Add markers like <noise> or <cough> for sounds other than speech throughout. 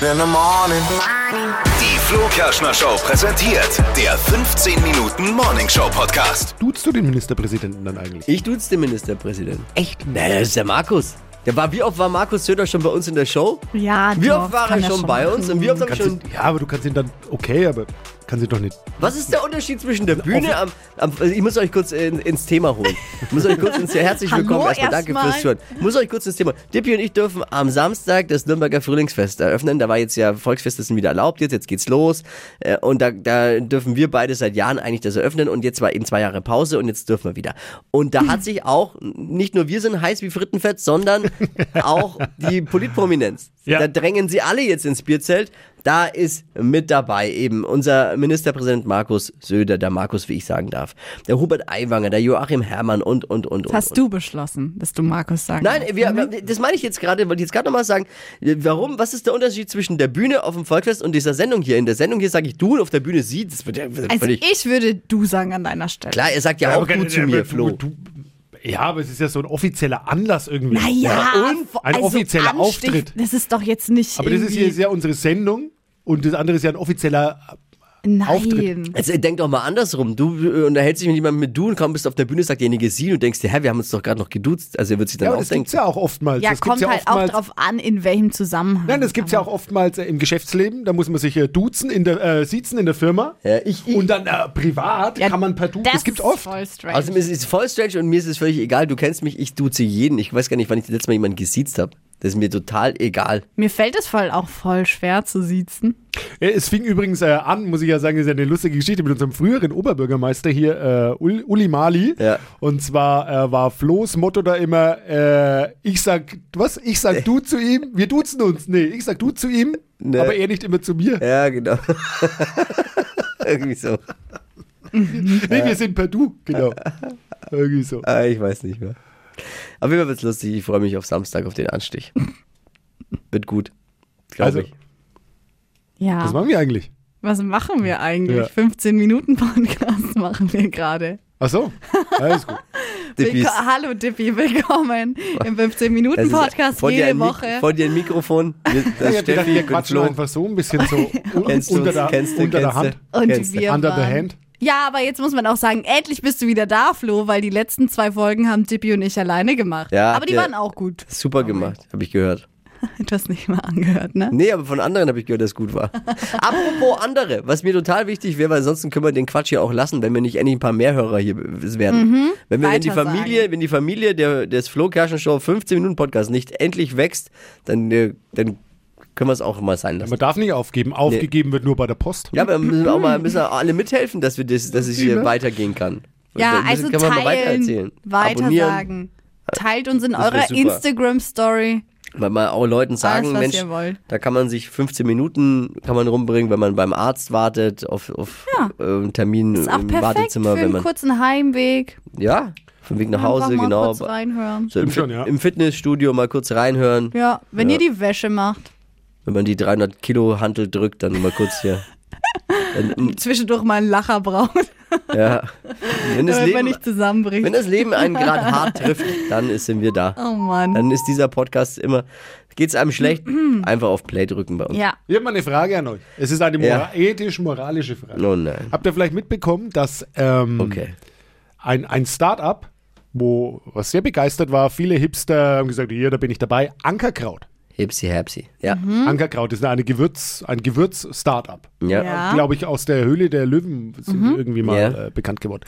in the morning. Die Flo Kerschner Show präsentiert der 15 Minuten Morning Show Podcast. Duzt du den Ministerpräsidenten dann eigentlich? Ich duze den Ministerpräsidenten. Echt? Naja, das ist der Markus. Der war, wie oft war Markus Söder schon bei uns in der Show? Ja, Wie doch, oft war kann er schon bei uns? Und wie oft haben wir Kannst schon. ihn, ja, aber du kannst ihn dann, okay, aber kannst ihn doch nicht. Was ist der Unterschied zwischen der Bühne am, am Ich muss euch kurz in, ins Thema holen. Ich muss euch kurz ins Herzlich Hallo willkommen. Erstmal danke erstmal. fürs Zuhören. Ich muss euch kurz ins Thema. Dippi und ich dürfen am Samstag das Nürnberger Frühlingsfest eröffnen. Da war jetzt ja Volksfest ist wieder erlaubt, jetzt, jetzt geht's los. Äh, Und da, da dürfen wir beide seit Jahren eigentlich das eröffnen und jetzt war eben zwei Jahre Pause und jetzt dürfen wir wieder. Und da hat sich auch, nicht nur wir sind heiß wie Frittenfett, sondern auch die Politprominenz. Ja. Da drängen sie alle jetzt ins Bierzelt. Da ist mit dabei eben unser Ministerpräsident Markus Söder, der Markus, wie ich sagen darf, der Hubert Aiwanger, der Joachim Herrmann und, und, und. und, Das hast du beschlossen, dass du Markus sagen Nein, darfst. wir, wir- das meine ich jetzt gerade, wollte ich jetzt gerade nochmal sagen, warum, was ist der Unterschied zwischen der Bühne auf dem Volkfest und dieser Sendung hier? In der Sendung hier sage ich du und auf der Bühne sie, das wird ja das wird Also völlig... ich würde du sagen an deiner Stelle. Klar, er sagt ja, auch du zu mir, Flo. du- ja, aber es ist ja so ein offizieller Anlass irgendwie. Naja, Ja, und? Ein offizieller also Anstich- Auftritt. Das ist doch jetzt nicht Aber das ist, hier, irgendwie- ist ja unsere Sendung und das andere ist ja ein offizieller. Nein. Auftritt. Also denk doch mal andersrum. Du äh, unterhältst dich mit jemandem mit du und kaum bist du auf der Bühne, sagt derjenige sie und denkst dir, hä, wir haben uns doch gerade noch geduzt. Also er wird sich dann Ja, aber auch das denken. gibt's ja auch oftmals. Ja, das gibt's kommt ja halt auch oftmals. drauf an, in welchem Zusammenhang. Nein, das gibt's ja auch oftmals äh, im Geschäftsleben. Da muss man sich äh, duzen, in der, äh, sitzen in der Firma. Ja, ich- ich- und dann äh, privat Ja, kann man per Du. Das, Das, gibt's ist oft. Voll strange. Außerdem ist es voll strange und mir ist es völlig egal. Du kennst mich, ich duze jeden. Ich weiß gar nicht, wann ich das letzte Mal jemanden gesiezt habe. Das ist mir total egal. Mir fällt es voll auch voll schwer zu siezen. Ja, Es fing übrigens äh, an, muss ich ja sagen, das ist ja eine lustige Geschichte mit unserem früheren Oberbürgermeister hier, äh, Ul- Uli Mali. Ja. Und zwar äh, war Flohs Motto da immer, äh, ich sag, was? Ich sag du zu ihm, wir duzen uns. Nee, ich sag du zu ihm, Nee. aber er nicht immer zu mir. Ja, genau. <laughs> Irgendwie so. Nee, wir sind per Du, genau. <laughs> Irgendwie so. Ah, ich weiß nicht mehr. Auf jeden Fall wird's lustig. Ich freue mich auf Samstag, auf den Anstich. Wird gut. Glaube Also, ich. Ja. was machen wir eigentlich? Was machen wir eigentlich? Ja. 15 Minuten Podcast <laughs> machen wir gerade. Ach so, alles <laughs> gut. Dippis. Willko- Hallo Dippi, willkommen im 15 Minuten Das ist Podcast von dir jede ein Mik- Woche. Von dir ein Mikrofon. <laughs> Wir- Das ich hab gedacht, Steffi wir und quatschen Flo. einfach so ein bisschen <laughs> so un- Kennst du unter, uns? der, Kennst du, unter der kennst du. Hand. Und Kennst du. wir Under the waren- hand. Ja, aber jetzt muss man auch sagen, endlich bist du wieder da, Flo, weil die letzten zwei Folgen haben Dippi und ich alleine gemacht. Ja, aber die der- waren auch gut. <laughs> Super gemacht, habe ich gehört. Du hast nicht mal angehört, ne? Nee, aber von anderen habe ich gehört, dass es gut <laughs> war. Apropos andere, was mir total wichtig wäre, weil ansonsten können wir den Quatsch hier auch lassen, wenn wir nicht endlich ein paar mehr Hörer hier werden. Mhm. wenn wir wenn die Weitersagen. Familie, wenn die Familie der des Flo Kerschen Show 15 Minuten Podcast nicht endlich wächst, dann äh, dann können wir es auch mal sein lassen. Man darf nicht aufgeben. Aufgegeben wird nur bei der Post. Ja, aber wir müssen auch mal müssen auch alle mithelfen, dass wir das, dass es hier weitergehen kann. Ja, Das also kann man mal weitererzählen. teilen, Abonnieren. weitersagen. Teilt uns in Das wär eurer super. Instagram-Story. Weil man auch Leuten sagen, was Mensch, ihr wollt. da kann man sich 15 Minuten kann man rumbringen, wenn man beim Arzt wartet, auf, auf Ja. äh, einen Termin Ist auch im perfekt für Wartezimmer, wenn einen man. kurzen Heimweg. Ja, vom Weg nach Hause, Einfach mal genau. kurz reinhören. So im, Stimmt schon, Fit- ja. Im Fitnessstudio mal kurz reinhören. Ja, wenn Ja. ihr die Wäsche macht. Wenn man die 300 Kilo Hantel drückt, dann mal kurz hier. Dann, Zwischendurch mal einen Lacher braucht, <laughs> ja. Wenn das, damit Leben, man nicht zusammenbricht. wenn das Leben <laughs> einen gerade hart trifft, dann ist- sind wir da. oh Mann. Dann ist dieser Podcast immer, geht's einem schlecht, einfach auf Play drücken bei uns. Mhm. ja. Ich habe mal eine Frage an euch. Es ist eine Ja. mora ethisch-moralische Frage. Oh nein. Habt ihr vielleicht mitbekommen, dass ähm, Okay. ein, ein Start-up, wo was sehr begeistert war, viele Hipster haben gesagt, hier, da bin ich dabei, Ankerkraut. Hipsi Hapsi. Ja. Mhm. Ankerkraut ist eine Gewürz, ein Gewürz-Start-up. Ja. Ja. Glaube ich, aus der Höhle der Löwen sind die irgendwie mal Ja. äh, bekannt geworden.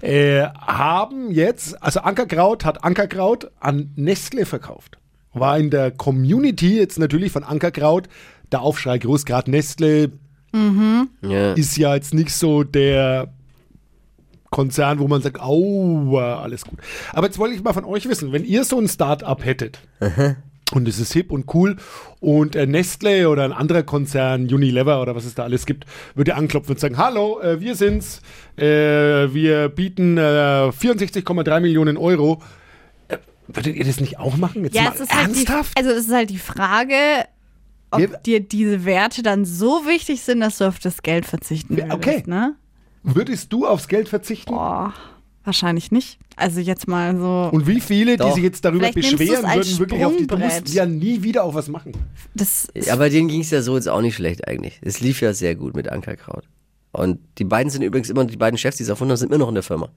Äh, haben jetzt, also Ankerkraut hat Ankerkraut an Nestle verkauft. War in der Community jetzt natürlich von Ankerkraut der Aufschrei groß, gerade Nestle ja. ist ja jetzt nicht so der Konzern, wo man sagt, aua, alles gut. Aber jetzt wollte ich mal von euch wissen, wenn ihr so ein Start-up hättet und es ist hip und cool und äh, Nestle oder ein anderer Konzern, Unilever oder was es da alles gibt, würde anklopfen und sagen, hallo, äh, wir sind's, äh, wir bieten äh, 64,3 Millionen Euro. Äh, Würdet ihr das nicht auch machen? Jetzt Ja, mal es ist halt die, ernsthaft? also es ist halt die Frage, ob Wir- dir diese Werte dann so wichtig sind, dass du auf das Geld verzichten Wir- würdest. okay. Ne? Würdest du aufs Geld verzichten? Boah. Wahrscheinlich nicht. Also jetzt mal so. Und wie viele, die Doch. sich jetzt darüber Vielleicht nimmst beschweren, du's würden als wirklich auf die, du Sprungbrett. musst ja nie wieder auf was machen. Das Ja, aber denen ging es ja so jetzt auch nicht schlecht eigentlich. Es lief ja sehr gut mit Ankerkraut. Und die beiden sind übrigens immer, die beiden Chefs, die es erfunden haben, sind immer noch in der Firma.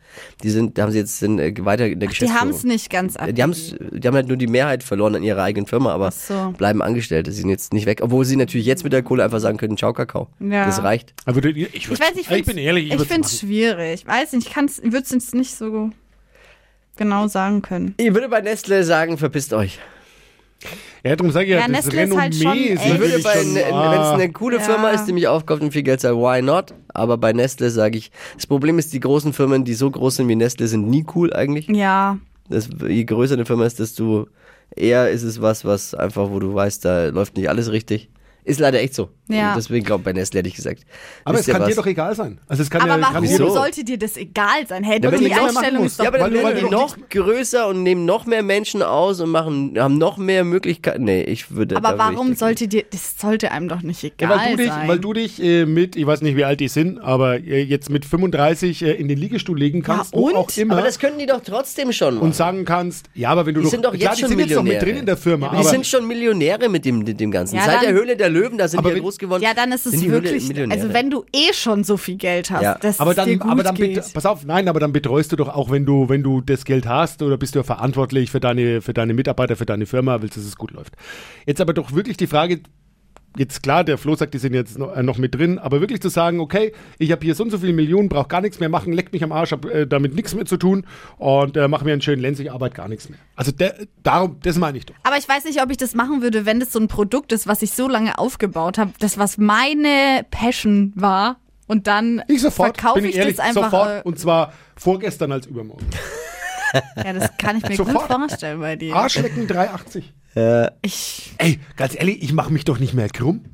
Die sind, da haben sie jetzt sind, äh, weiter in der die Geschäftsführung. haben es nicht ganz ab. Die, haben's, die haben halt nur die Mehrheit verloren an ihrer eigenen Firma, aber Ach so. bleiben Angestellte. Sie sind jetzt nicht weg, obwohl sie natürlich jetzt mit der Kohle einfach sagen können, ciao Kakao. Ja. Das reicht. Aber würdet ihr- Also, ich, würd- Ich weiß nicht, ich, bin ehrlich, ich würd's finde es machen. schwierig. Weiß nicht, ich kann's, würde es jetzt nicht so genau sagen können. Ich würde bei Nestle sagen, verpisst euch. Ja, darum sage ich ja, Ja, das Nestle ist Renommee halt ist schon echt. Ich würde natürlich bei, schon, wenn es ah, eine coole Ja. Firma ist, die mich aufkauft und viel Geld sagt, why not? Aber bei Nestle sage ich, das Problem ist, die großen Firmen, die so groß sind wie Nestle, sind nie cool eigentlich. Ja, Das, je größer eine Firma ist, desto eher ist es was, was einfach, wo du weißt, da läuft nicht alles richtig. Ist leider echt so. Ja. Und deswegen glaube ich bei Nestle hätte ich gesagt. aber es Wisst ihr kann was? dir doch egal sein. Also es kann aber ja, kann warum dir wieso? doch, sollte dir das egal sein? Hey, Ja, wenn die du nichts mehr Ausstellung machen ist musst. doch Ja, aber dann Weil du- weil werden wir du noch größer und nehmen noch mehr Menschen aus und machen, haben noch mehr Möglichkeiten. Nee, ich würde. da Aber würde ich warum nicht- sollte dir, das sollte einem doch nicht Ja, egal weil, du dich, sein. weil du dich äh, mit, ich weiß nicht, wie alt die sind, aber äh, jetzt mit 35 äh, in den Liegestuhl legen kannst, wo und? auch immer, Aber das können die doch trotzdem schon. Machen. und sagen kannst, ja, aber wenn du Die doch, sind doch jetzt klar, die schon sind jetzt noch mit Millionäre. drin in der Firma, die aber sind schon Millionäre mit dem, mit dem Ganzen. Ja, Seit der dann- Höhle der Löwen, da sind Aber die ja wenn- groß geworden. ja, dann ist Sind es die Höhle der wirklich, Millionäre. also wenn du eh schon so viel Geld hast, Ja. dass Aber es dir dann, gut aber dann geht. bet- pass auf, nein, aber dann betreust du doch auch, wenn du, wenn du das Geld hast oder bist du ja verantwortlich für deine, für deine Mitarbeiter, für deine Firma, willst, dass es gut läuft. Jetzt aber doch wirklich die Frage, jetzt klar, der Flo sagt, die sind jetzt noch, äh, noch mit drin, aber wirklich zu sagen, okay, ich habe hier so und so viele Millionen, brauche gar nichts mehr machen, leck mich am Arsch, habe äh, damit nichts mehr zu tun und äh, mache mir einen schönen Lenz, ich arbeite gar nichts mehr. Also der, darum, das meine ich doch. Aber ich weiß nicht, ob ich das machen würde, wenn das so ein Produkt ist, was ich so lange aufgebaut habe, das was meine Passion war und dann Ich sofort, verkaufe bin ich ich ehrlich, das einfach. sofort und zwar vorgestern als übermorgen. äh, ja, das kann ich <laughs> mir Sofort. gut vorstellen bei dir. Arschlecken 380. Ich, Ey, ganz ehrlich, ich mache mich doch nicht mehr krumm.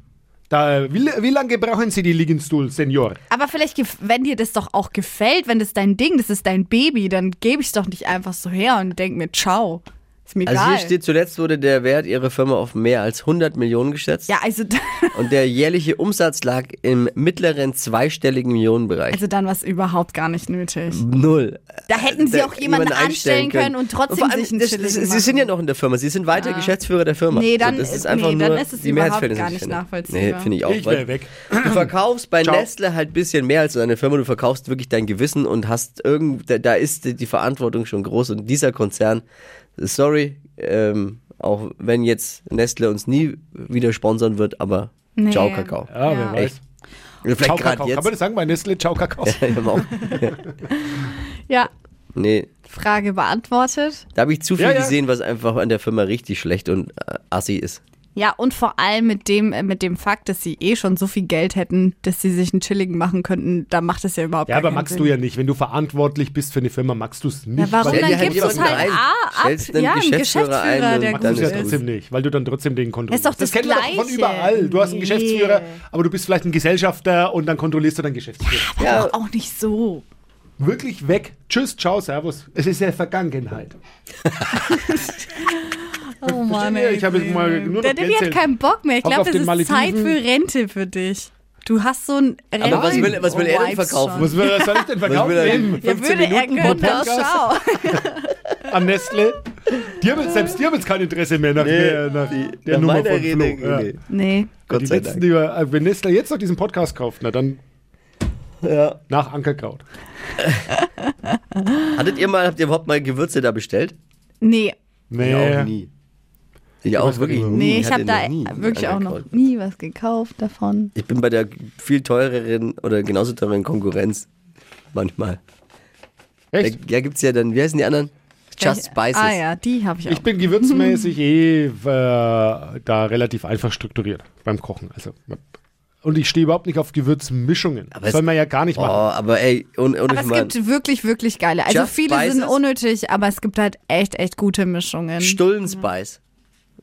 Da, wie, wie lange brauchen Sie die Liegenstuhl, Senior? aber vielleicht, gef- wenn dir das doch auch gefällt, wenn das dein Ding, das ist dein Baby, dann gebe ich es doch nicht einfach so her und denk mir, ciao. Ist mir also egal. hier steht, zuletzt wurde der Wert ihrer Firma auf mehr als 100 Millionen geschätzt. ja, also, <laughs> Und der jährliche Umsatz lag im mittleren zweistelligen Millionenbereich. also dann war es überhaupt gar nicht nötig. Null. Da hätten sie Äh, Da- auch jemanden anstellen können und trotzdem vor allem, sich einen das, chilligen das, Sie machen. sind ja noch in der Firma, Sie sind weiter Geschäftsführer der Firma. Nee, dann- So, das ist einfach nee, nur dann ist es die überhaupt Mehrheitsverhältnisse, gar die ich nicht finde. nachvollziehbar. Nee, finde ich auch. Ich weil wär weg. Du verkaufst bei Ciao. Nestle halt ein bisschen mehr als deine Firma, du verkaufst wirklich dein Gewissen und hast irgend, da, da ist die- die Verantwortung schon groß und dieser Konzern, sorry, ähm, auch wenn jetzt Nestle uns nie wieder sponsern wird, aber Nee. ciao Kakao. Ja, Ja. wer weiß. Ciao, Vielleicht Kakao. gerade Kann man jetzt. genau. das sagen bei Nestle? Ciao, Kakao. <laughs> Ja, nee, Frage beantwortet. da habe ich zu viel Ja, ja. gesehen, was einfach an der Firma richtig schlecht und äh, assi ist. Ja, und vor allem mit dem, äh, mit dem Fakt, dass sie eh schon so viel Geld hätten, dass sie sich einen chilligen machen könnten, da macht es ja überhaupt Ja, gar aber keinen magst Sinn. du ja nicht. Wenn du verantwortlich bist für eine Firma, magst du es nicht. warum weil- dann dir halt gibst du's jemanden halt ein, A ab. stellst einen Ja, einen Geschäftsführer ein Geschäftsführer, und der dann gut Magst du es ist ja ist. gut. trotzdem nicht, weil du dann trotzdem den kontrollierst. Ist doch das kennen wir doch von Gleiche. überall. Du hast einen Nee. Geschäftsführer, aber du bist vielleicht ein Gesellschafter und dann kontrollierst du deinen Geschäftsführer. Aber Ja. doch auch nicht so. Wirklich weg. Tschüss, ciao, servus. Es ist ja Vergangenheit. Oh Mann, ihr? Ich habe jetzt mal nur noch Der Demi Geld hat keinen Bock mehr. Ich Hock glaube, auf das den ist Malediven. Zeit für Rente für dich. Du hast so ein Renten. was will- was will er denn Vibes verkaufen? schon. Was will- was soll ich denn verkaufen? will er denn? Eben. Ja, 15 würde er Minuten können, Podcast? schau. an Nestle. Dir will's, selbst dir wird kein Interesse mehr nach der, nach der Nach Nummer meiner von Flo. Rede, ja. nee. Nee. Gott die sei letzten, Dank. die, wir- äh, wenn Nestle jetzt noch diesen Podcast kauft, na dann nach Ankerkraut. Hattet ihr mal, habt ihr überhaupt mal Gewürze da bestellt? Nee. Nee. Ich auch nie. Ich auch weiß wirklich nicht, nie. Nee, ich hatte habe da äh, noch nie wirklich auch noch Ankerkraut. nie was gekauft davon. Ich bin bei der viel teureren oder genauso teuren Konkurrenz manchmal. Da, Echt? da gibt's ja dann, wie heißen die anderen? Just Spices. Ah ja, die habe ich auch. Ich bin gewürzmäßig eh äh, da relativ einfach strukturiert beim Kochen. Also, und ich stehe überhaupt nicht auf Gewürzmischungen. Aber Das es- soll man ja gar nicht Oh, machen. aber ey, ohne, ohne Aber es Schmarrn. gibt wirklich, wirklich geile. Also Just viele sind Spices? unnötig, aber es gibt halt echt, echt gute Mischungen. Stullen Spice.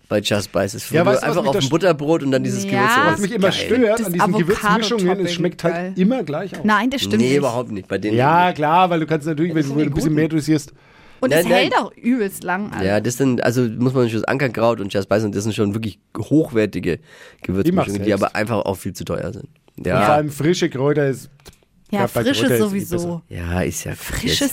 Bei Just Spices. Ja, Ja, weißt du, was einfach mich auf da dem st- Butterbrot und dann dieses Ja. Gewürz. Was Was mich immer Geil. stört Das an diesen Avocado-Topping, Gewürzmischungen, es schmeckt halt geil. immer gleich aus. Nein, das stimmt nee, nicht. überhaupt nicht. Bei denen Ja, klar, weil du kannst natürlich, wenn du ein bisschen mehr dosierst, Und Nein, es nein. hält auch übelst lang an. Ja, das sind, also muss man schon das Ankerkraut und Jaspeis und das sind schon wirklich hochwertige Ich mach's Gewürzmischungen, die selbst. aber einfach auch viel zu teuer sind. vor Ja, allem frische Kräuter ist Ja, Ja, bei Grötte frische ist eh sowieso. Ja, ist ja Frisches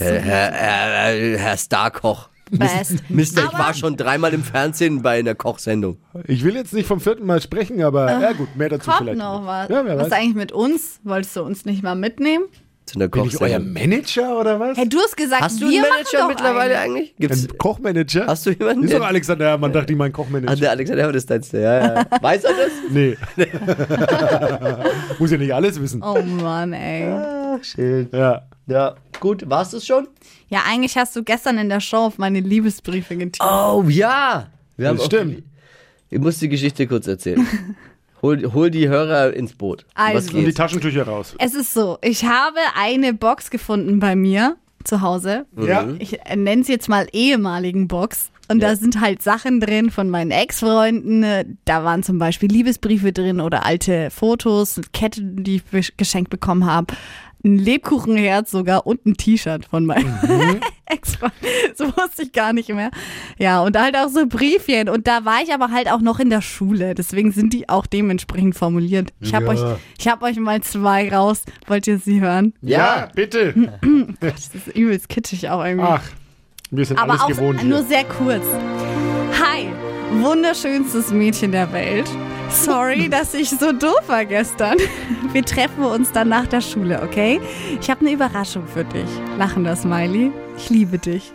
jetzt, äh, Herr, Herr, Herr, Herr Starkoch. Best. Mister, ich Aber- war schon dreimal im Fernsehen bei einer Kochsendung. Ich will jetzt nicht vom vierten Mal sprechen, aber ja gut, mehr dazu Kommt vielleicht. noch was. Ja, wer was weiß. ist eigentlich mit uns? Wolltest du uns nicht mal mitnehmen? Zu einer Bin ich euer Kochsendung. Manager oder was? Hey, du hast gesagt, Hast du wir einen machen Manager doch mittlerweile einen. eigentlich? Gibt's, Ein Kochmanager? Hast du jemanden, Ist der- doch Alexander Herrmann, dachte ich, mein Kochmanager. ah, der Alexander Hermann ist deins, ja, ja. <laughs> Weiß er das? Nee. <laughs> Muss ja nicht alles wissen. Oh Mann, ey. Ah, schön. Ja. Ja, gut, warst du es schon? Ja, eigentlich hast du gestern in der Show auf meine Liebesbriefe getippt. Oh, ja. Wir haben Das auch- stimmt. Ich muss die Geschichte kurz <laughs> erzählen. Hol, hol die Hörer ins Boot. Um Also. Und die geht's? Taschentücher raus. Es ist so, ich habe eine Box gefunden bei mir zu Hause. Ja. Ich nenne es jetzt mal ehemaligen Box. Und da sind halt Sachen drin von meinen Ex-Freunden. Äh, Da waren zum Beispiel Liebesbriefe drin oder alte Fotos, Ketten, die ich be- geschenkt bekommen habe. Ein Lebkuchenherz sogar und ein T-Shirt von meinem <laughs> Ex-Freund. So wusste ich gar nicht mehr. Ja, und halt auch so Briefchen. Und da war ich aber halt auch noch in der Schule. Deswegen sind die auch dementsprechend formuliert. Ich habe Ja. euch, ich hab euch mal zwei raus. Wollt ihr sie hören? Ja. Hm. bitte. Das ist übelst kitschig auch irgendwie. Ach, wir sind Aber alles auch gewohnt. nur Hier. sehr kurz. Hi, wunderschönstes Mädchen der Welt. Sorry, dass ich so doof war gestern. Wir treffen uns dann nach der Schule, okay? Ich habe eine Überraschung für dich. Lachender Smiley, ich liebe dich.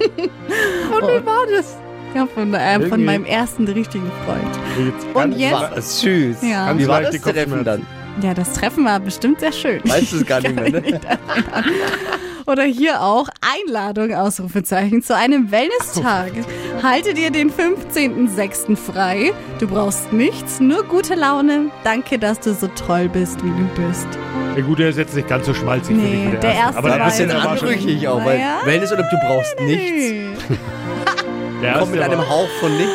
Und wie war das? Ja, von, äh, von Irgendwie. meinem ersten richtigen Freund. Jetzt Und ganz jetzt? wa- War süß. Ja. Wie Ganz war leicht das die Treffen Kopfschmerzen. dann? Ja, das Treffen war bestimmt sehr schön. Weißt du es gar nicht mehr, ne? Oder hier auch Einladung, Ausrufezeichen, zu einem Wellness-Tag. Halte dir den 15.06. frei. Du brauchst nichts, nur gute Laune. Danke, dass du so toll bist, wie du bist. Ja, gut, der ist jetzt nicht ganz so schmalzig. Nee, finde ich, wie der erste Aber War ein der war erste bisschen ja- war schon. anrüchig auch, weil Ja. Wellness oder du brauchst nichts. Der erste Komm mit war- einem Hauch von nichts.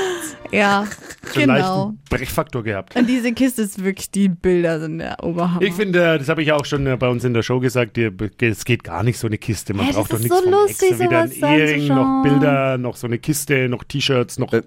Ja, <laughs> so einen genau. leichten Brechfaktor gehabt. Und diese Kiste ist wirklich, die Bilder sind der Oberhammer. Ich finde, das habe ich ja auch schon äh, bei uns in der Show gesagt, ihr- es geht gar nicht so eine Kiste. Man Hä, das braucht doch ist nichts so von lustig, extra. Weder ein sowas Ehering, noch anzuschauen. Bilder, noch so eine Kiste, noch T-Shirts, noch... Äh,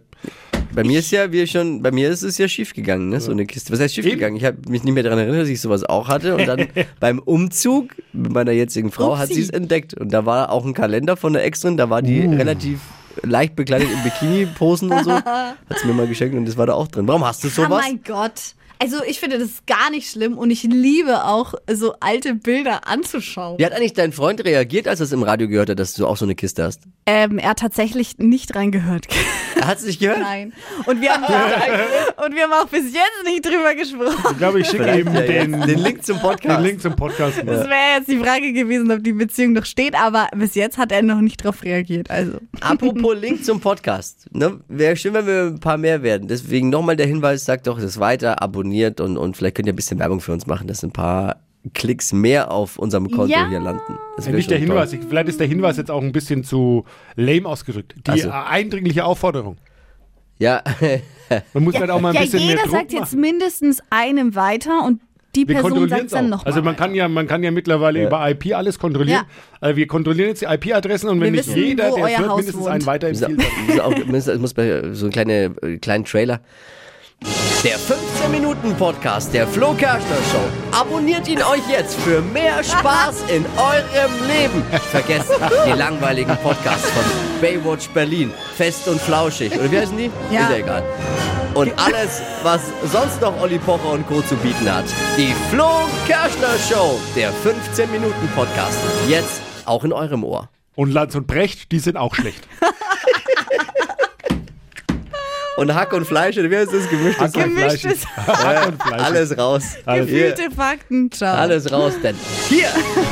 Bei mir ist ja, wie schon, bei mir ist es ja schief gegangen, ne? So eine Kiste. Was heißt schief gegangen? Ich habe mich nicht mehr daran erinnert, dass ich sowas auch hatte. Und dann beim Umzug mit meiner jetzigen Frau hat Upsi. sie es entdeckt. Und da war auch ein Kalender von der Ex drin, da war die relativ leicht bekleidet im Bikini posen und so. Hat sie mir mal geschenkt und das war da auch drin. Warum hast du Oh sowas? mein Gott. Also ich finde das gar nicht schlimm und ich liebe auch so alte Bilder anzuschauen. Wie hat eigentlich dein Freund reagiert, als er es im Radio gehört hat, dass du auch so eine Kiste hast? Ähm, er hat tatsächlich nicht reingehört. <laughs> Er hat es nicht gehört? Nein. Und wir, <laughs> haben auch, und wir haben auch bis jetzt nicht drüber gesprochen. Ich glaube, ich schicke eben Ja, ja. den, Den Link zum Podcast. den Link zum Podcast. Das wäre jetzt die Frage gewesen, ob die Beziehung noch steht, aber bis jetzt hat er noch nicht drauf reagiert. Also. Apropos Link zum Podcast. Ne? Wäre schön, wenn wir ein paar mehr werden. Deswegen nochmal der Hinweis, sagt doch das weiter, abonniert und, und vielleicht könnt ihr ein bisschen Werbung für uns machen, dass ein paar Klicks mehr auf unserem Konto Ja. hier landen. Das Ja, wär Nicht der schon Hinweis, toll. ich, vielleicht ist der Hinweis jetzt auch ein bisschen zu lame ausgedrückt. Die Also. äh, eindringliche Aufforderung. Ja, <laughs> Man muss halt auch mal ein ja, bisschen mehr jeder Druck sagt machen. jetzt mindestens einem weiter und die wir Person kontrollieren sagt es dann auch. noch Also mal man kann ja, man kann ja mittlerweile über IP alles kontrollieren. Äh, wir kontrollieren jetzt die IP-Adressen und wenn Wir nicht wissen, jeder, wo der es euer hört, Haus mindestens wohnt. einen so, <laughs> weiterempfiehlt. so auch, es muss bei so ein kleine, äh, kleinen Trailer. Der 15-Minuten-Podcast der Flo Kerschner Show. Abonniert ihn euch jetzt für mehr Spaß in eurem Leben. Vergesst nicht die langweiligen Podcasts von Baywatch Berlin, Fest und Flauschig. Oder wie heißen die? Ja. Ist ja egal. Und alles, was sonst noch Olli Pocher und Co. zu bieten hat. Die Flo Kerschner Show, der 15-Minuten-Podcast. Jetzt auch in eurem Ohr. Und Lanz und Brecht, die sind auch schlecht. Und Hack und Fleisch, oder wie heißt das? Gemischtes Hack und Fleisch. Gemischtes Hack und Fleisch. Alles raus. Hier, Gefühlte Fakten, ciao. alles raus, denn hier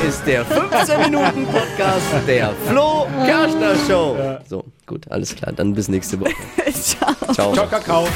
ist der 15-Minuten-Podcast der Flo Kerschner Show. So, gut, alles klar. Dann bis nächste Woche. <laughs> ciao. Ciao. Ciao, Kakao.